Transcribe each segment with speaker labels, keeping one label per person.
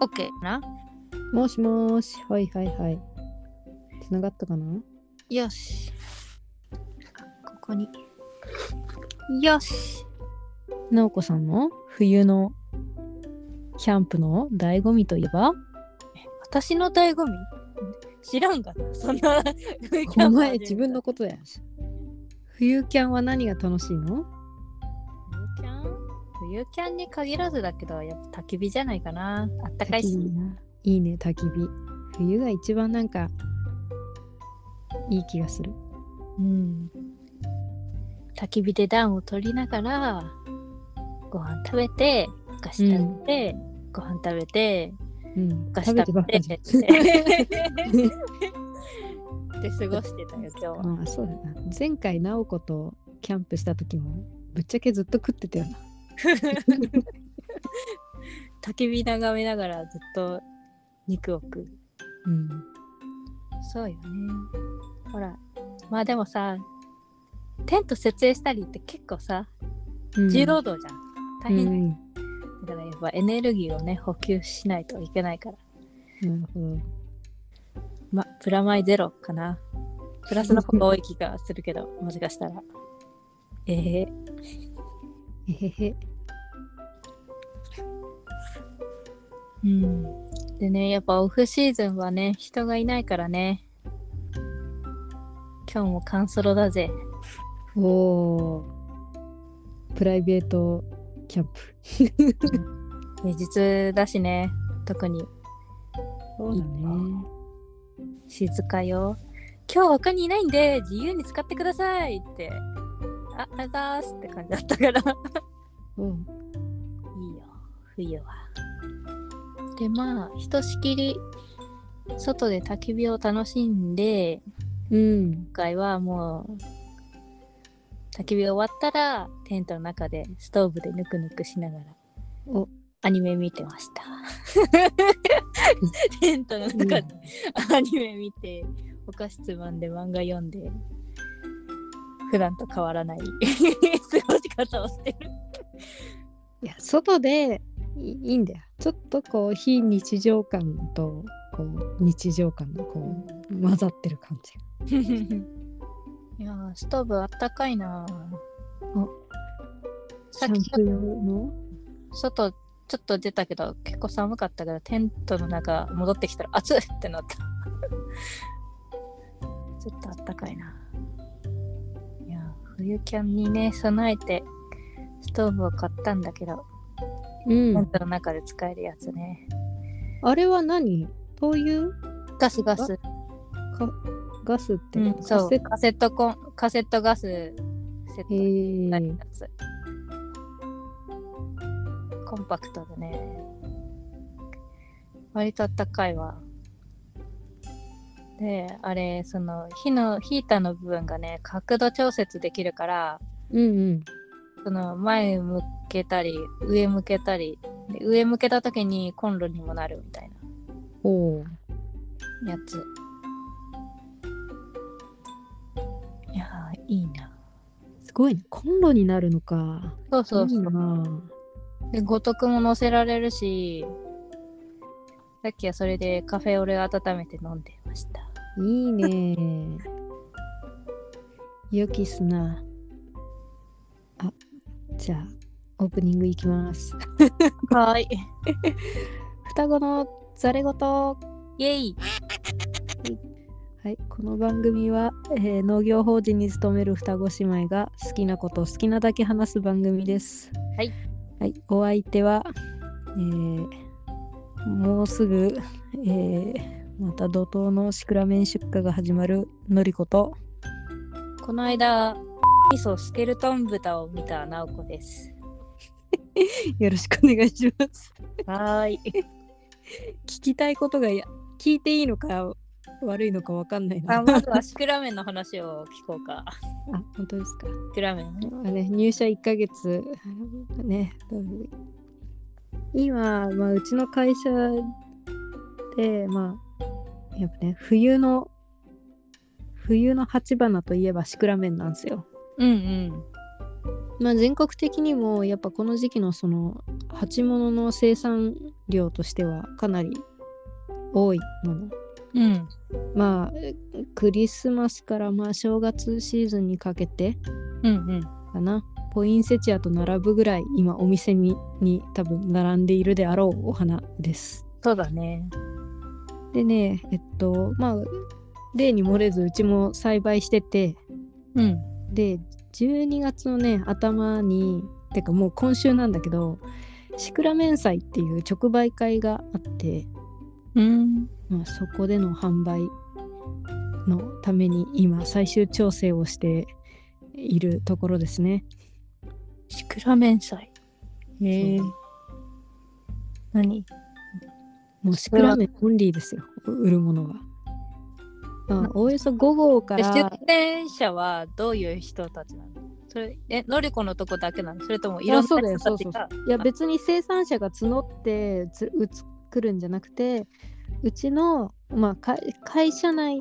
Speaker 1: オッケーかな
Speaker 2: もしもし。はいはいはい。つながったかな
Speaker 1: よし。ここに。よし。
Speaker 2: なおこさんの冬のキャンプの醍醐味といえば
Speaker 1: 私の醍醐味知らんがな。そんな雰囲気あ
Speaker 2: お
Speaker 1: んま
Speaker 2: 前
Speaker 1: り
Speaker 2: 自分の。ことやん。冬キャンは何が楽しいの
Speaker 1: 冬キャン冬キャンに限らずだけど、やっぱ焚き火じゃないかな。あったか
Speaker 2: 焚
Speaker 1: い
Speaker 2: き
Speaker 1: し。
Speaker 2: 火な。いいね、焚き火。冬が一番なんかいい気がする。
Speaker 1: うん。焚き火で暖を取りながら、ご飯食べて、お菓子食べて、ご飯食べて、
Speaker 2: うん
Speaker 1: お。菓子
Speaker 2: 食べてばっ
Speaker 1: 食
Speaker 2: か
Speaker 1: べ
Speaker 2: じゃ
Speaker 1: て。
Speaker 2: ん。
Speaker 1: で過ごしてたよ、今日は。
Speaker 2: まあそうだな。前回、なおことキャンプした時も、ぶっちゃけずっと食ってたよな。
Speaker 1: 焚き火眺めながらずっと肉を食う
Speaker 2: うん。
Speaker 1: そうよねほらまあでもさテント設営したりって結構さ
Speaker 2: うん
Speaker 1: 重労働じゃん、大
Speaker 2: う
Speaker 1: 変
Speaker 2: ん
Speaker 1: だからやっぱエネルギーをね補給しないといけないから
Speaker 2: なるほど。
Speaker 1: まプラマイゼロかなプラスの方が多い気がするけどもしかしたらええ
Speaker 2: えへへ。
Speaker 1: うんでねやっぱオフシーズンはね人がいないからね今日もカンソロだぜ
Speaker 2: おお。プライベートキャンプ。
Speaker 1: 平日だしね特に
Speaker 2: そうだね。
Speaker 1: 静かよ今日他にいないんで自由に使ってくださいってああざーすって感じだったから
Speaker 2: う
Speaker 1: い
Speaker 2: ん。
Speaker 1: いよ冬はでまあひとしきり外で焚き火を楽しんで
Speaker 2: うん。
Speaker 1: 今回はもう焚き火が終わったらテントの中でストーブでぬくぬくしながら
Speaker 2: お
Speaker 1: アニメ見てました テントの中で アニメ見てお菓子つまんで漫画読んで普段と変わらない 過ごし方をしてる
Speaker 2: いや、外でいいいんだよ。ちょっとこう、非日常感と、こう、日常感がこう、混ざってる感じ。
Speaker 1: いやーストーブあったかいな
Speaker 2: キ
Speaker 1: さ
Speaker 2: ャ
Speaker 1: っ
Speaker 2: ン
Speaker 1: き
Speaker 2: プ用の
Speaker 1: 外ちょっと出たけど結構寒かったからテントの中戻ってきたら暑いってなった ちょっとあったかいないや冬キャンにね備えてストーブを買ったんだけど、
Speaker 2: う
Speaker 1: テン
Speaker 2: ん。
Speaker 1: トの中で使えるやつね
Speaker 2: あれは何灯油
Speaker 1: ガスガス、
Speaker 2: かガスって、
Speaker 1: うん、そう
Speaker 2: カセッ
Speaker 1: カセットコンカセットガスセッ
Speaker 2: え
Speaker 1: トになる
Speaker 2: ー
Speaker 1: や、つ、コンパクトでね割とあったかいわであれその火のヒーターの部分がね角度調節できるから
Speaker 2: うんうん。
Speaker 1: その前向けたり上向けたりで上向けた時にコンロにもなるみたい
Speaker 2: おお。
Speaker 1: なやついやーいいな
Speaker 2: すごいね。コンロになるのか。
Speaker 1: そうそうそう、
Speaker 2: いいな
Speaker 1: で、五徳も乗せられるし、さっきはそれでカフェオレを温めて飲んでました。
Speaker 2: いいね。良きっすな。あ、じゃあ、オープニングいきます。
Speaker 1: はーい。
Speaker 2: 双子のざれ言。は
Speaker 1: イェイ
Speaker 2: い、この番組は、えー農業法人に勤める双子姉妹が好きなことを好きなだけ話す番組です。
Speaker 1: はい。
Speaker 2: はい、お相手は、えーもうすぐ、えーまた怒涛のシクラメン出荷が始まるのりこと。
Speaker 1: この間、味噌スケルトン豚を見た直子です。
Speaker 2: よろしくお願いします。
Speaker 1: はーい。
Speaker 2: 聞きたいことがや聞いていいのか悪いのかわかんないな。
Speaker 1: あまずはシクラメンの話を聞こうか。
Speaker 2: あ本当ですか。
Speaker 1: シクラメンね。
Speaker 2: まあね、入社1ヶ月ね今、まあ、うちの会社でまあやっぱね冬の冬の鉢花といえばシクラメンなんですよ。
Speaker 1: うんうん。
Speaker 2: まあ、全国的にもやっぱこの時期のその鉢物の生産量としてはかなり多いもの
Speaker 1: うん。
Speaker 2: まあクリスマスからまあ正月シーズンにかけて
Speaker 1: うんうん。
Speaker 2: かなポインセチアと並ぶぐらい今お店にに多分並んでいるであろうお花です。
Speaker 1: そうだね。
Speaker 2: でねえっとまあ例に漏れずうちも栽培してて
Speaker 1: うん。
Speaker 2: で12月のね頭にてかもう今週なんだけどシクラメン祭っていう直売会があって、
Speaker 1: うん。
Speaker 2: まあ、そこでの販売のために今最終調整をしているところですね。
Speaker 1: シクラメン祭。へえ
Speaker 2: そう。
Speaker 1: 何
Speaker 2: もうシクラメンオンリーですよ、売るものは。まあ、おおよそ午後か
Speaker 1: で
Speaker 2: ら、
Speaker 1: 出店者はどういう人たちなのそれえ、のりこのとこだけなのそれともいろんな
Speaker 2: あそうだ
Speaker 1: 人
Speaker 2: よ
Speaker 1: たちが。
Speaker 2: いや別に生産者が募ってつうつ来るんじゃなくて、うちの、まあ、か会社内、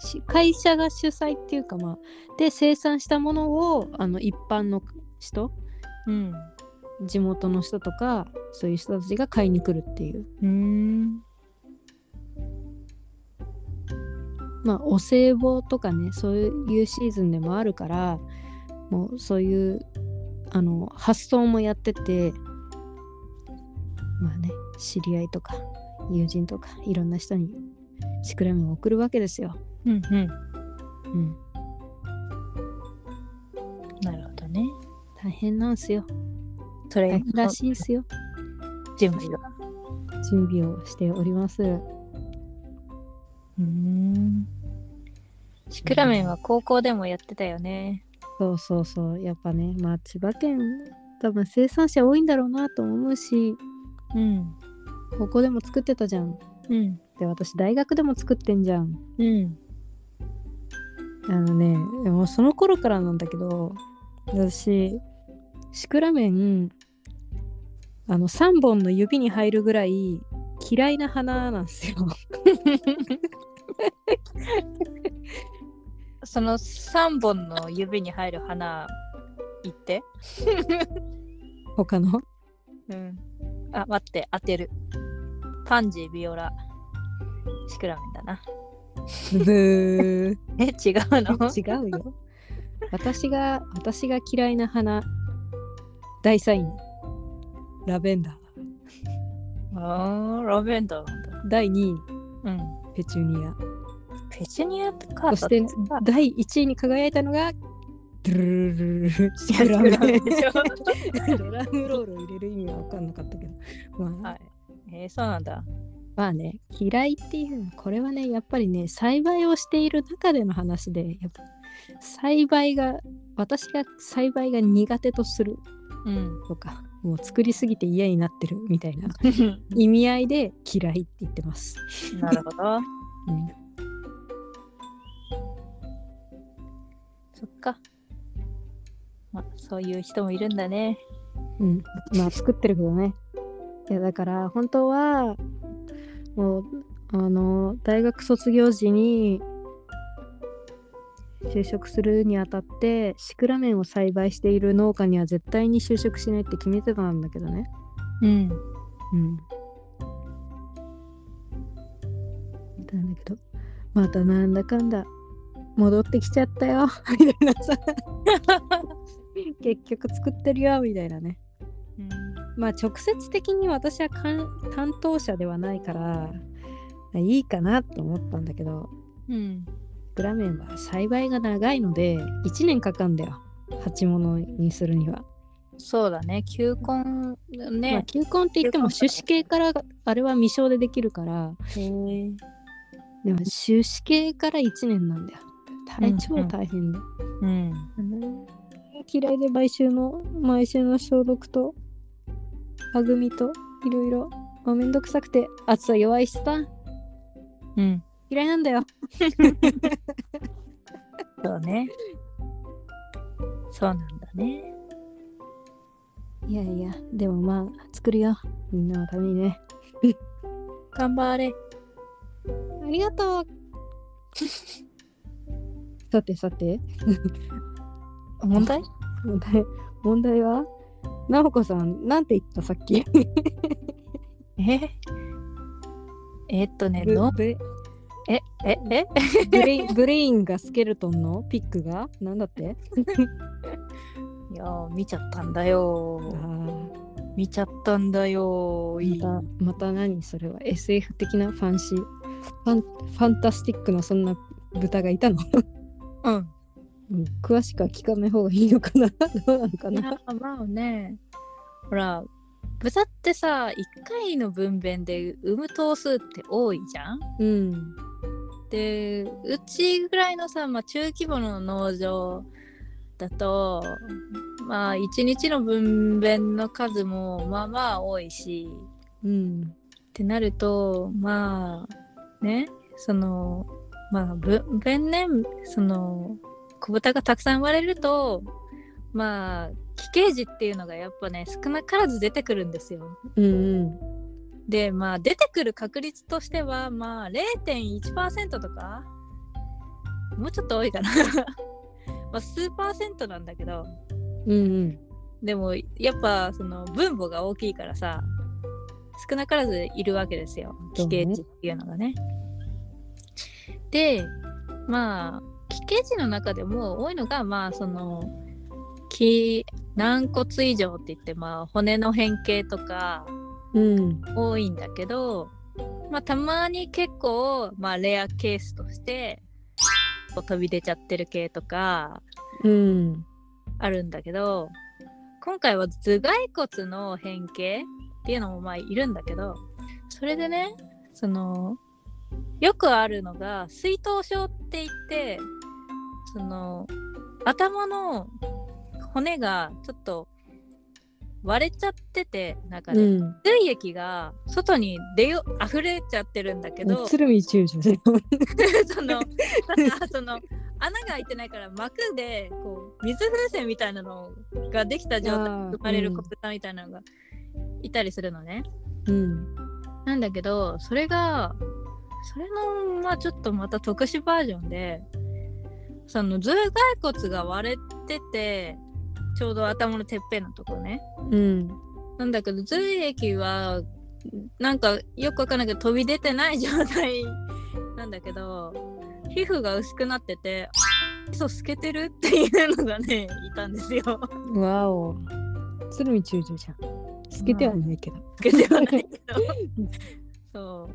Speaker 2: し会社が主催っていうか、まあ、で生産したものをあの一般の人、
Speaker 1: うん。
Speaker 2: 地元の人とか、そういう人たちが買いに来るっていう、
Speaker 1: うん。
Speaker 2: まあ、お歳暮とかね、そういうシーズンでもあるから、もうそういうあの発想もやっててまあね知り合いとか友人とかいろんな人にシクラメンを送るわけですよ。
Speaker 1: うんうん。
Speaker 2: うん、
Speaker 1: なるほどね。
Speaker 2: 大変なんすよ。
Speaker 1: それ
Speaker 2: 大変らしいですよ。
Speaker 1: 準備が。
Speaker 2: 準備をしております。
Speaker 1: うん。シクラメンは高校でもやってたよね。
Speaker 2: そうそうそうやっぱねまあ千葉県多分生産者多いんだろうなと思うし
Speaker 1: うん。
Speaker 2: ここでも作ってたじゃん。
Speaker 1: うん。
Speaker 2: で私大学でも作ってんじゃん。
Speaker 1: うん。
Speaker 2: あのね、もうその頃からなんだけど、私、シクラメン、あの、3本の指に入るぐらい嫌いな花なんですよ。
Speaker 1: その3本の指に入る花言って。
Speaker 2: 他の。
Speaker 1: うん。あ、待って、当てる。パンジー、ビオラ、シクラメンだな。
Speaker 2: ブー。
Speaker 1: え、違うの
Speaker 2: 違うよ。私が、私が嫌いな花、大サイン、ラベンダー。
Speaker 1: あーラベンダーなんだ。
Speaker 2: 第2位、
Speaker 1: うん。
Speaker 2: ペチュニア。
Speaker 1: ペチュニアとか
Speaker 2: そして第1位に輝いたのが、ドゥルルルルルルシクラメン。
Speaker 1: でしょ。
Speaker 2: ドラムロールを入れる意味は分かんなかったけど、まあ
Speaker 1: はい。えー、そうなんだ。
Speaker 2: まあね嫌いっていうのはこれはねやっぱりね栽培をしている中での話でやっぱ栽培が私が栽培が苦手とする
Speaker 1: うん。
Speaker 2: とかもう作りすぎて嫌になってるみたいな意味合いで嫌いって言ってます。
Speaker 1: なるほど。
Speaker 2: うん、
Speaker 1: そっか。まあ、そういう人もいるんだね。
Speaker 2: うん、まあ作ってるけどね。いやだから本当はもうあの大学卒業時に就職するにあたってシクラメンを栽培している農家には絶対に就職しないって決めてたんだけどね。
Speaker 1: うん。
Speaker 2: うん。なんだけどまたなんだかんだ戻ってきちゃったよみたいなさ結局作ってるよみたいなね。まあ直接的に私はかん担当者ではないからいいかなと思ったんだけど
Speaker 1: うん。
Speaker 2: グラメンは栽培が長いので1年かかんだよ鉢物にするには。
Speaker 1: そうだね。球根
Speaker 2: まあ
Speaker 1: ね。
Speaker 2: 球根って言っても種子系からあれは未生でできるから
Speaker 1: へえ。
Speaker 2: でも種子系から1年なんだよ。
Speaker 1: うんう
Speaker 2: 大
Speaker 1: ん
Speaker 2: 超大変だよ。
Speaker 1: うん。
Speaker 2: 嫌いで毎週の毎週の消毒とあぐみといろいろもうめんどくさくて暑さ弱いしさ
Speaker 1: うん。
Speaker 2: 嫌いなんだよ。
Speaker 1: そうね。そうなんだね。
Speaker 2: いやいや、でもまあ、作るよ。みんなのためにね。
Speaker 1: 頑張れ。
Speaker 2: ありがとう さてさて、
Speaker 1: 問題
Speaker 2: 問題、問題はなおこさん、なんて言ったさっき
Speaker 1: ええっとね、
Speaker 2: ブ
Speaker 1: の、
Speaker 2: ブ
Speaker 1: え、え、え、
Speaker 2: ブレインブレインがスケルトンのピックがなんだって
Speaker 1: いやー、見ちゃったんだよ
Speaker 2: あ。ー
Speaker 1: 見ちゃったんだよ。いい。
Speaker 2: またまた何それは SF 的なファンシーファンファンタスティックなそんな豚がいたの、
Speaker 1: うん。
Speaker 2: うん詳しくは聞かない方がいいのかなどうなのか
Speaker 1: いや
Speaker 2: な、
Speaker 1: まあね。ほら、豚ってさ、1回の分娩で産む頭数って多いじゃん
Speaker 2: うん
Speaker 1: で、うちぐらいのさ、まあ、中規模の農場だと、まあ、1日の分娩の数もまあまあ多いし、
Speaker 2: うん
Speaker 1: ってなるとまあねそのまあ分娩ねその小豚がたくさん生まれるとまあ奇形児っていうのがやっぱね少なからず出てくるんですよ。
Speaker 2: うんうん
Speaker 1: でまあ出てくる確率としてはまあ0.1%とかもうちょっと多いかな。 まあ数パーセントなんだけど
Speaker 2: うんうん
Speaker 1: でもやっぱその分母が大きいからさ少なからずいるわけですよ
Speaker 2: そう
Speaker 1: 奇
Speaker 2: ね
Speaker 1: 形値っていうのがね。でまあ奇形値の中でも多いのがまあその気軟骨以上って言ってまあ骨の変形とか
Speaker 2: うん
Speaker 1: 多いんだけど、まあ、たまに結構、まあ、レアケースとしてこう飛び出ちゃってる系とか
Speaker 2: うん
Speaker 1: あるんだけど今回は頭蓋骨の変形っていうのもまあいるんだけどそれでねそのよくあるのが水頭症って言ってその頭の骨がちょっと割れちゃってて中で、
Speaker 2: うん
Speaker 1: 髄液が外に出よ溢れちゃってるんだけど
Speaker 2: 鶴見中将じゃん
Speaker 1: そのただその穴が開いてないから膜でこう水風船みたいなのができた状態で
Speaker 2: あー
Speaker 1: 生まれる
Speaker 2: うん
Speaker 1: 子豚みたいなのがいたりするのね。
Speaker 2: うん
Speaker 1: なんだけどそれがそれのまあちょっとまた特殊バージョンでその頭蓋骨が割れててちょうど頭のてっぺんのところね。
Speaker 2: うん
Speaker 1: なんだけど髄液はなんかよくわかんないけど飛び出てない状態なんだけど皮膚が薄くなってて「そう透けてる?」っていうのがねいたんですよ。
Speaker 2: わお鶴見中将じゃん透けてはないけど、
Speaker 1: 透けてはないけど。そ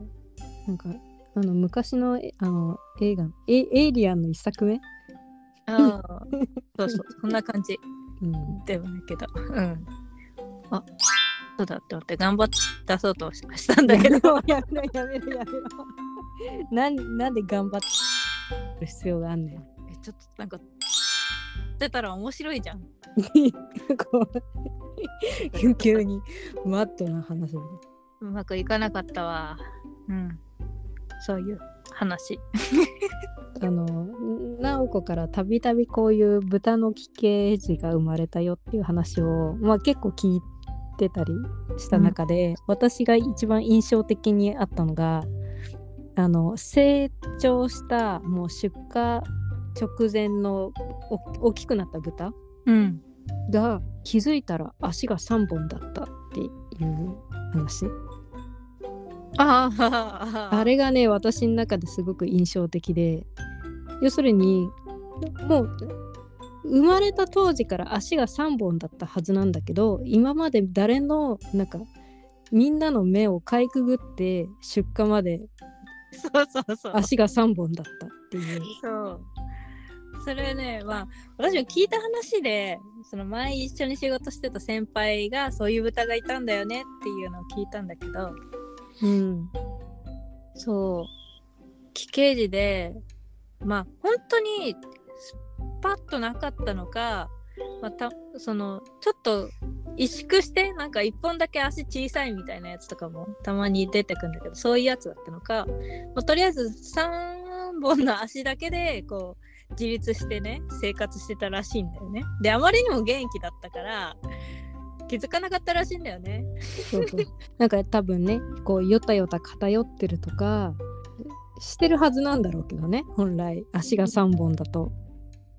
Speaker 1: う
Speaker 2: なんかあの昔のえあの映画エ「エイリアン」の一作目、
Speaker 1: ああそうそうそんな感じ
Speaker 2: うん、
Speaker 1: ではないけど。うんあそうだって思って頑張って出そうとしたんだけど
Speaker 2: やめろやめろやめろなんなんで頑張ってる必要があんねん
Speaker 1: えちょっとなんか出たら面白いじゃん。
Speaker 2: こう急にマットな話だね
Speaker 1: うまくいかなかったわ。うん。そういう話。
Speaker 2: あの直子からたびたびこういう豚の奇形児が生まれたよっていう話を、まあ、結構聞いてたりした中で、私が一番印象的にあったのがあの成長したもう出荷直前のお大きくなった豚
Speaker 1: うん。
Speaker 2: が気づいたら足が3本だったっていう話
Speaker 1: ああ、
Speaker 2: あれがね私の中ですごく印象的で要するにもう生まれた当時から足が3本だったはずなんだけど今まで誰のなんかみんなの目をかいくぐって出荷まで
Speaker 1: そうそうそう。
Speaker 2: 足が3本だったっていう。
Speaker 1: そう。それね、まあ、私も聞いた話で、その前一緒に仕事してた先輩が、そういう豚がいたんだよねっていうのを聞いたんだけど、
Speaker 2: うん
Speaker 1: そう。奇形児で、まあ、本当に、スパッとなかったのか、まあたそのちょっと萎縮してなんか1本だけ足小さいみたいなやつとかもたまに出てくるんだけどそういうやつだったのか、まあ、とりあえず3本の足だけでこう自立してね生活してたらしいんだよねであまりにも元気だったから気づかなかったらしいんだよね
Speaker 2: そうそうなんか多分ねこうヨタヨタ偏ってるとかしてるはずなんだろうけどね本来足が3本だと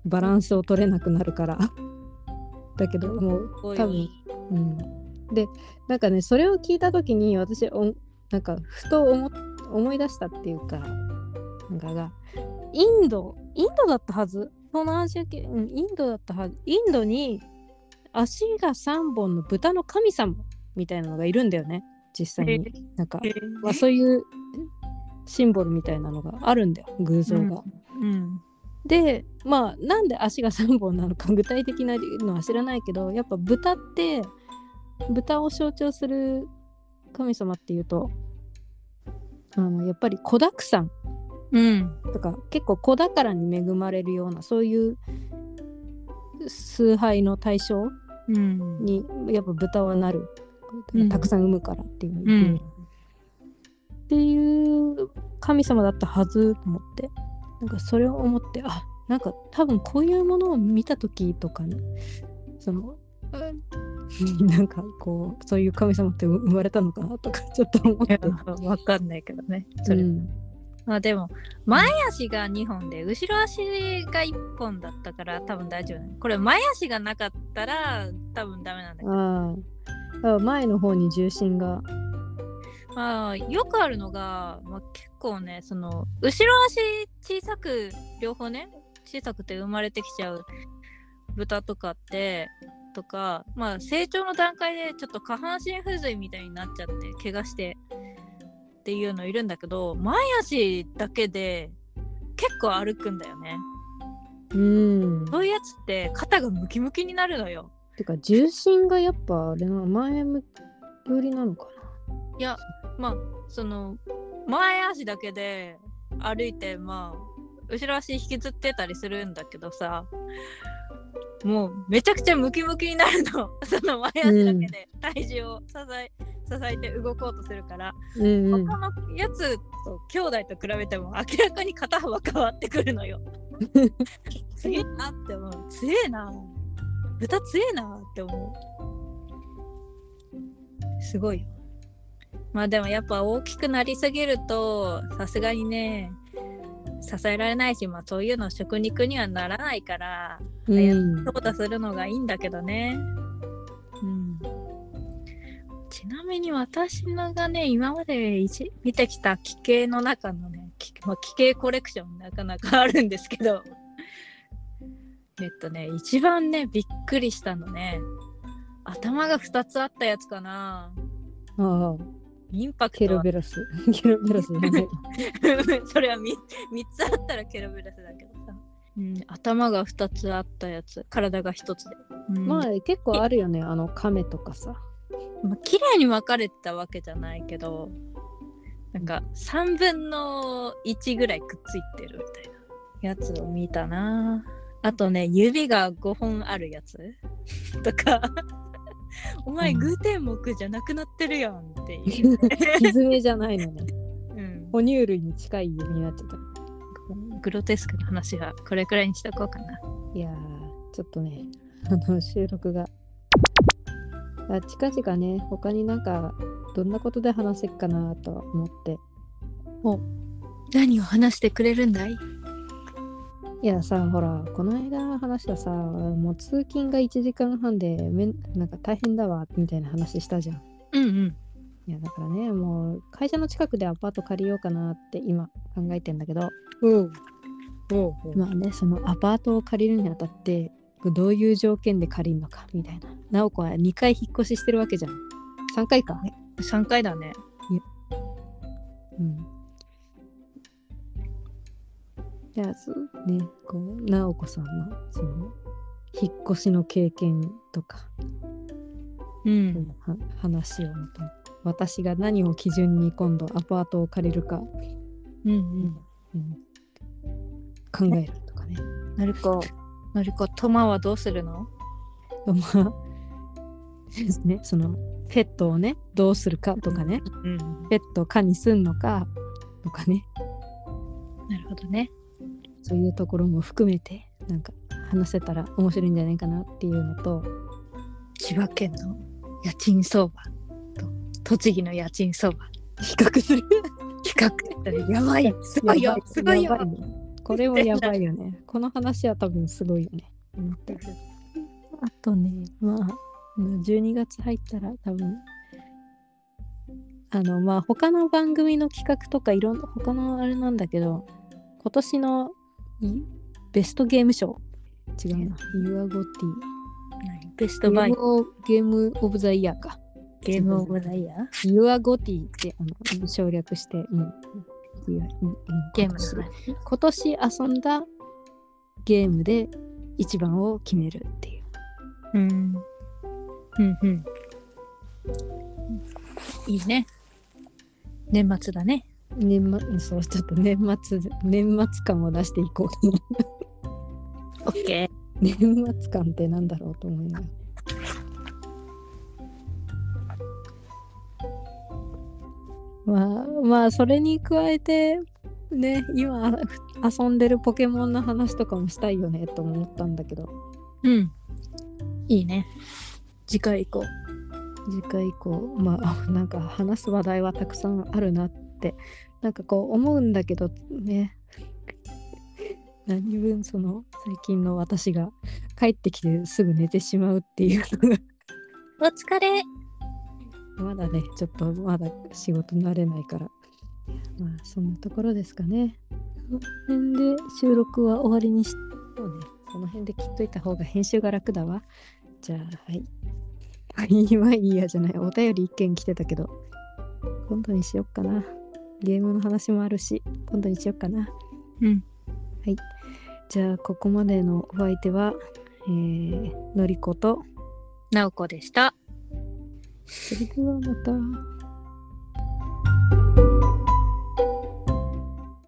Speaker 2: バランスを取れなくなるからだけどもう
Speaker 1: こういう
Speaker 2: 多分、うん、なんかねそれを聞いた時に私おなんかふと思っ思い出したっていうかなんかがインドインドだったはず東南アジア系うんインドだったはずインドに足が3本の豚の神様みたいなのがいるんだよね実際に
Speaker 1: へ
Speaker 2: なんか、
Speaker 1: え
Speaker 2: まあ、そういうシンボルみたいなのがあるんだよ偶像が。
Speaker 1: うん。
Speaker 2: でまあなんで足が3本なのか具体的なのは知らないけどやっぱ豚って豚を象徴する神様っていうとあのやっぱり子だくさん
Speaker 1: うん。
Speaker 2: とか結構子宝に恵まれるようなそういう崇拝の対象
Speaker 1: うん。
Speaker 2: にやっぱ豚はなる、
Speaker 1: うん
Speaker 2: たくさん産むからっていう、
Speaker 1: うん
Speaker 2: っていう神様だったはずと思ってなんかそれを思ってあなんか多分こういうものを見た時とかねその うんなんかこうそういう神様って生まれたのかなとかちょっと思っ
Speaker 1: いや
Speaker 2: て。
Speaker 1: わかんないけどね。それ。
Speaker 2: うん
Speaker 1: まあでも、前足が2本で、後ろ足が1本だったから多分大丈夫だね。これ、前足がなかったら多分ダメなんだけど。
Speaker 2: ああだから前の方に重心が
Speaker 1: まあ、よくあるのが、まあ、結構ね、その、後ろ足小さく、両方ね、小さくて生まれてきちゃう豚とかって、とか、まあ、成長の段階でちょっと下半身不随みたいになっちゃって、怪我してっていうのいるんだけど、前足だけで結構歩くんだよね。
Speaker 2: うん
Speaker 1: そういうやつって肩がムキムキになるのよ。
Speaker 2: てか重心がやっぱあれな前向き寄りなのか
Speaker 1: いやまあその前足だけで歩いてまあ後ろ足引きずってたりするんだけどさもうめちゃくちゃムキムキになるの その前足だけで体重を支え支えて動こうとするから、
Speaker 2: な。うんうん、
Speaker 1: 他のやつと兄弟と比べても明らかに肩幅変わってくるの よ。強えなって思う強えな豚強えなって思うすごいよまあでもやっぱ大きくなりすぎるとさすがにね支えられないしまあそういうの食肉にはならないから
Speaker 2: うん
Speaker 1: 淘汰するのがいいんだけどねうんちなみに私のがね今まで一見てきた奇形の中のね奇,き、まあ、奇形コレクションなかなかあるんですけど えっとね一番ねびっくりしたのね頭が2つあったやつかな
Speaker 2: ああ
Speaker 1: インパク
Speaker 2: ケ
Speaker 1: ト
Speaker 2: ロ
Speaker 1: は
Speaker 2: ベロス。 ケロベロスじゃ ない。
Speaker 1: それは 3, つあったらケロベラスだけどさ、うん、頭が2つあったやつ体が1つで、うん
Speaker 2: まあ結構あるよね、あの亀とか さ。
Speaker 1: まあ綺麗に分かれてたわけじゃないけどなんか3分の1ぐらいくっついてるみたいなやつを見たなあとね指が5本あるやつ とかお前
Speaker 2: うん
Speaker 1: グーテン目じゃなくなってるやんっていう、
Speaker 2: ひずめじゃないのね。
Speaker 1: うん、
Speaker 2: 哺乳類に近い指になっちゃった。
Speaker 1: グロテスクな話はこれくらいにしとこうかない
Speaker 2: やー、ちょっとね、あの収録が。あ近々ね、他になんかどんなことで話せっかなとは思って。
Speaker 1: 何を話してくれるんだい
Speaker 2: いやさ、ほら、この間話したさ、もう通勤が1時間半でめん、なんか大変だわみたいな話したじゃん。
Speaker 1: うんうん
Speaker 2: いやだからねもう会社の近くでアパート借りようかなって今考えてんだけど
Speaker 1: おうおうおう
Speaker 2: まあねそのアパートを借りるにあたってどういう条件で借りるのかみたいな直子は2回引っ越ししてるわけじゃん3回か、
Speaker 1: 3回だね
Speaker 2: うんじゃあそねこう直子さんのその引っ越しの経験とか、
Speaker 1: うん
Speaker 2: は話をもとに私が何を基準に今度アパートを借りるか、
Speaker 1: うんうん
Speaker 2: うん考えるとかね
Speaker 1: のりこ、のりこ、トマはどうするの
Speaker 2: まあですねそのペットをねどうするかとかね
Speaker 1: うん。
Speaker 2: ペットを飼にすんのかとかね
Speaker 1: なるほどね。
Speaker 2: そういうところも含めてなんか話せたら面白いんじゃないかなっていうのと
Speaker 1: 千葉県の家賃相場と栃木の家賃相場。
Speaker 2: 比較する
Speaker 1: 比較したらやばい、すごいよ、すごいよ
Speaker 2: やば。ねこれもやばいよねこの話は多分すごいよねあとねまあ12月入ったら多分あのまあ他の番組の企画とかいろんな他のあれなんだけど今年のいベストゲーム賞違うな You are g o t
Speaker 1: 何ベス
Speaker 2: t
Speaker 1: トバイ
Speaker 2: ゲームオブザイヤーか
Speaker 1: ゲームオブザイヤー
Speaker 2: You are g o t ってあの省略して、うん、いやうんうん
Speaker 1: ゲームの
Speaker 2: 今年
Speaker 1: 話
Speaker 2: 今年遊んだゲームで一番を決めるっていう
Speaker 1: うんうんうんいいね年末だね
Speaker 2: 年末そうちょっと年末年末感を出していこうか な
Speaker 1: オッケー
Speaker 2: 年末感ってなんだろうと思いながらまあまあそれに加えてね今あ遊んでるポケモンの話とかもしたいよねと思ったんだけど
Speaker 1: うんいいね次回行こ
Speaker 2: 次回以降まあ なんか話す話題はたくさんあるなってなんかこう思うんだけどね何分その最近の私が帰ってきてすぐ寝てしまうっていうのが
Speaker 1: うお疲れ
Speaker 2: まだねちょっとまだ仕事慣れないからまあそんなところですかねこの辺で収録は終わりにしそうねその辺で切っといた方が編集が楽だわじゃあはいあ今いいやじゃないお便り一件来てたけど今度にしよっかなゲームの話もあるし今度にしよっかな
Speaker 1: うん
Speaker 2: はいじゃあここまでのお相手はえー、のりこと
Speaker 1: なおこでした
Speaker 2: それではまた。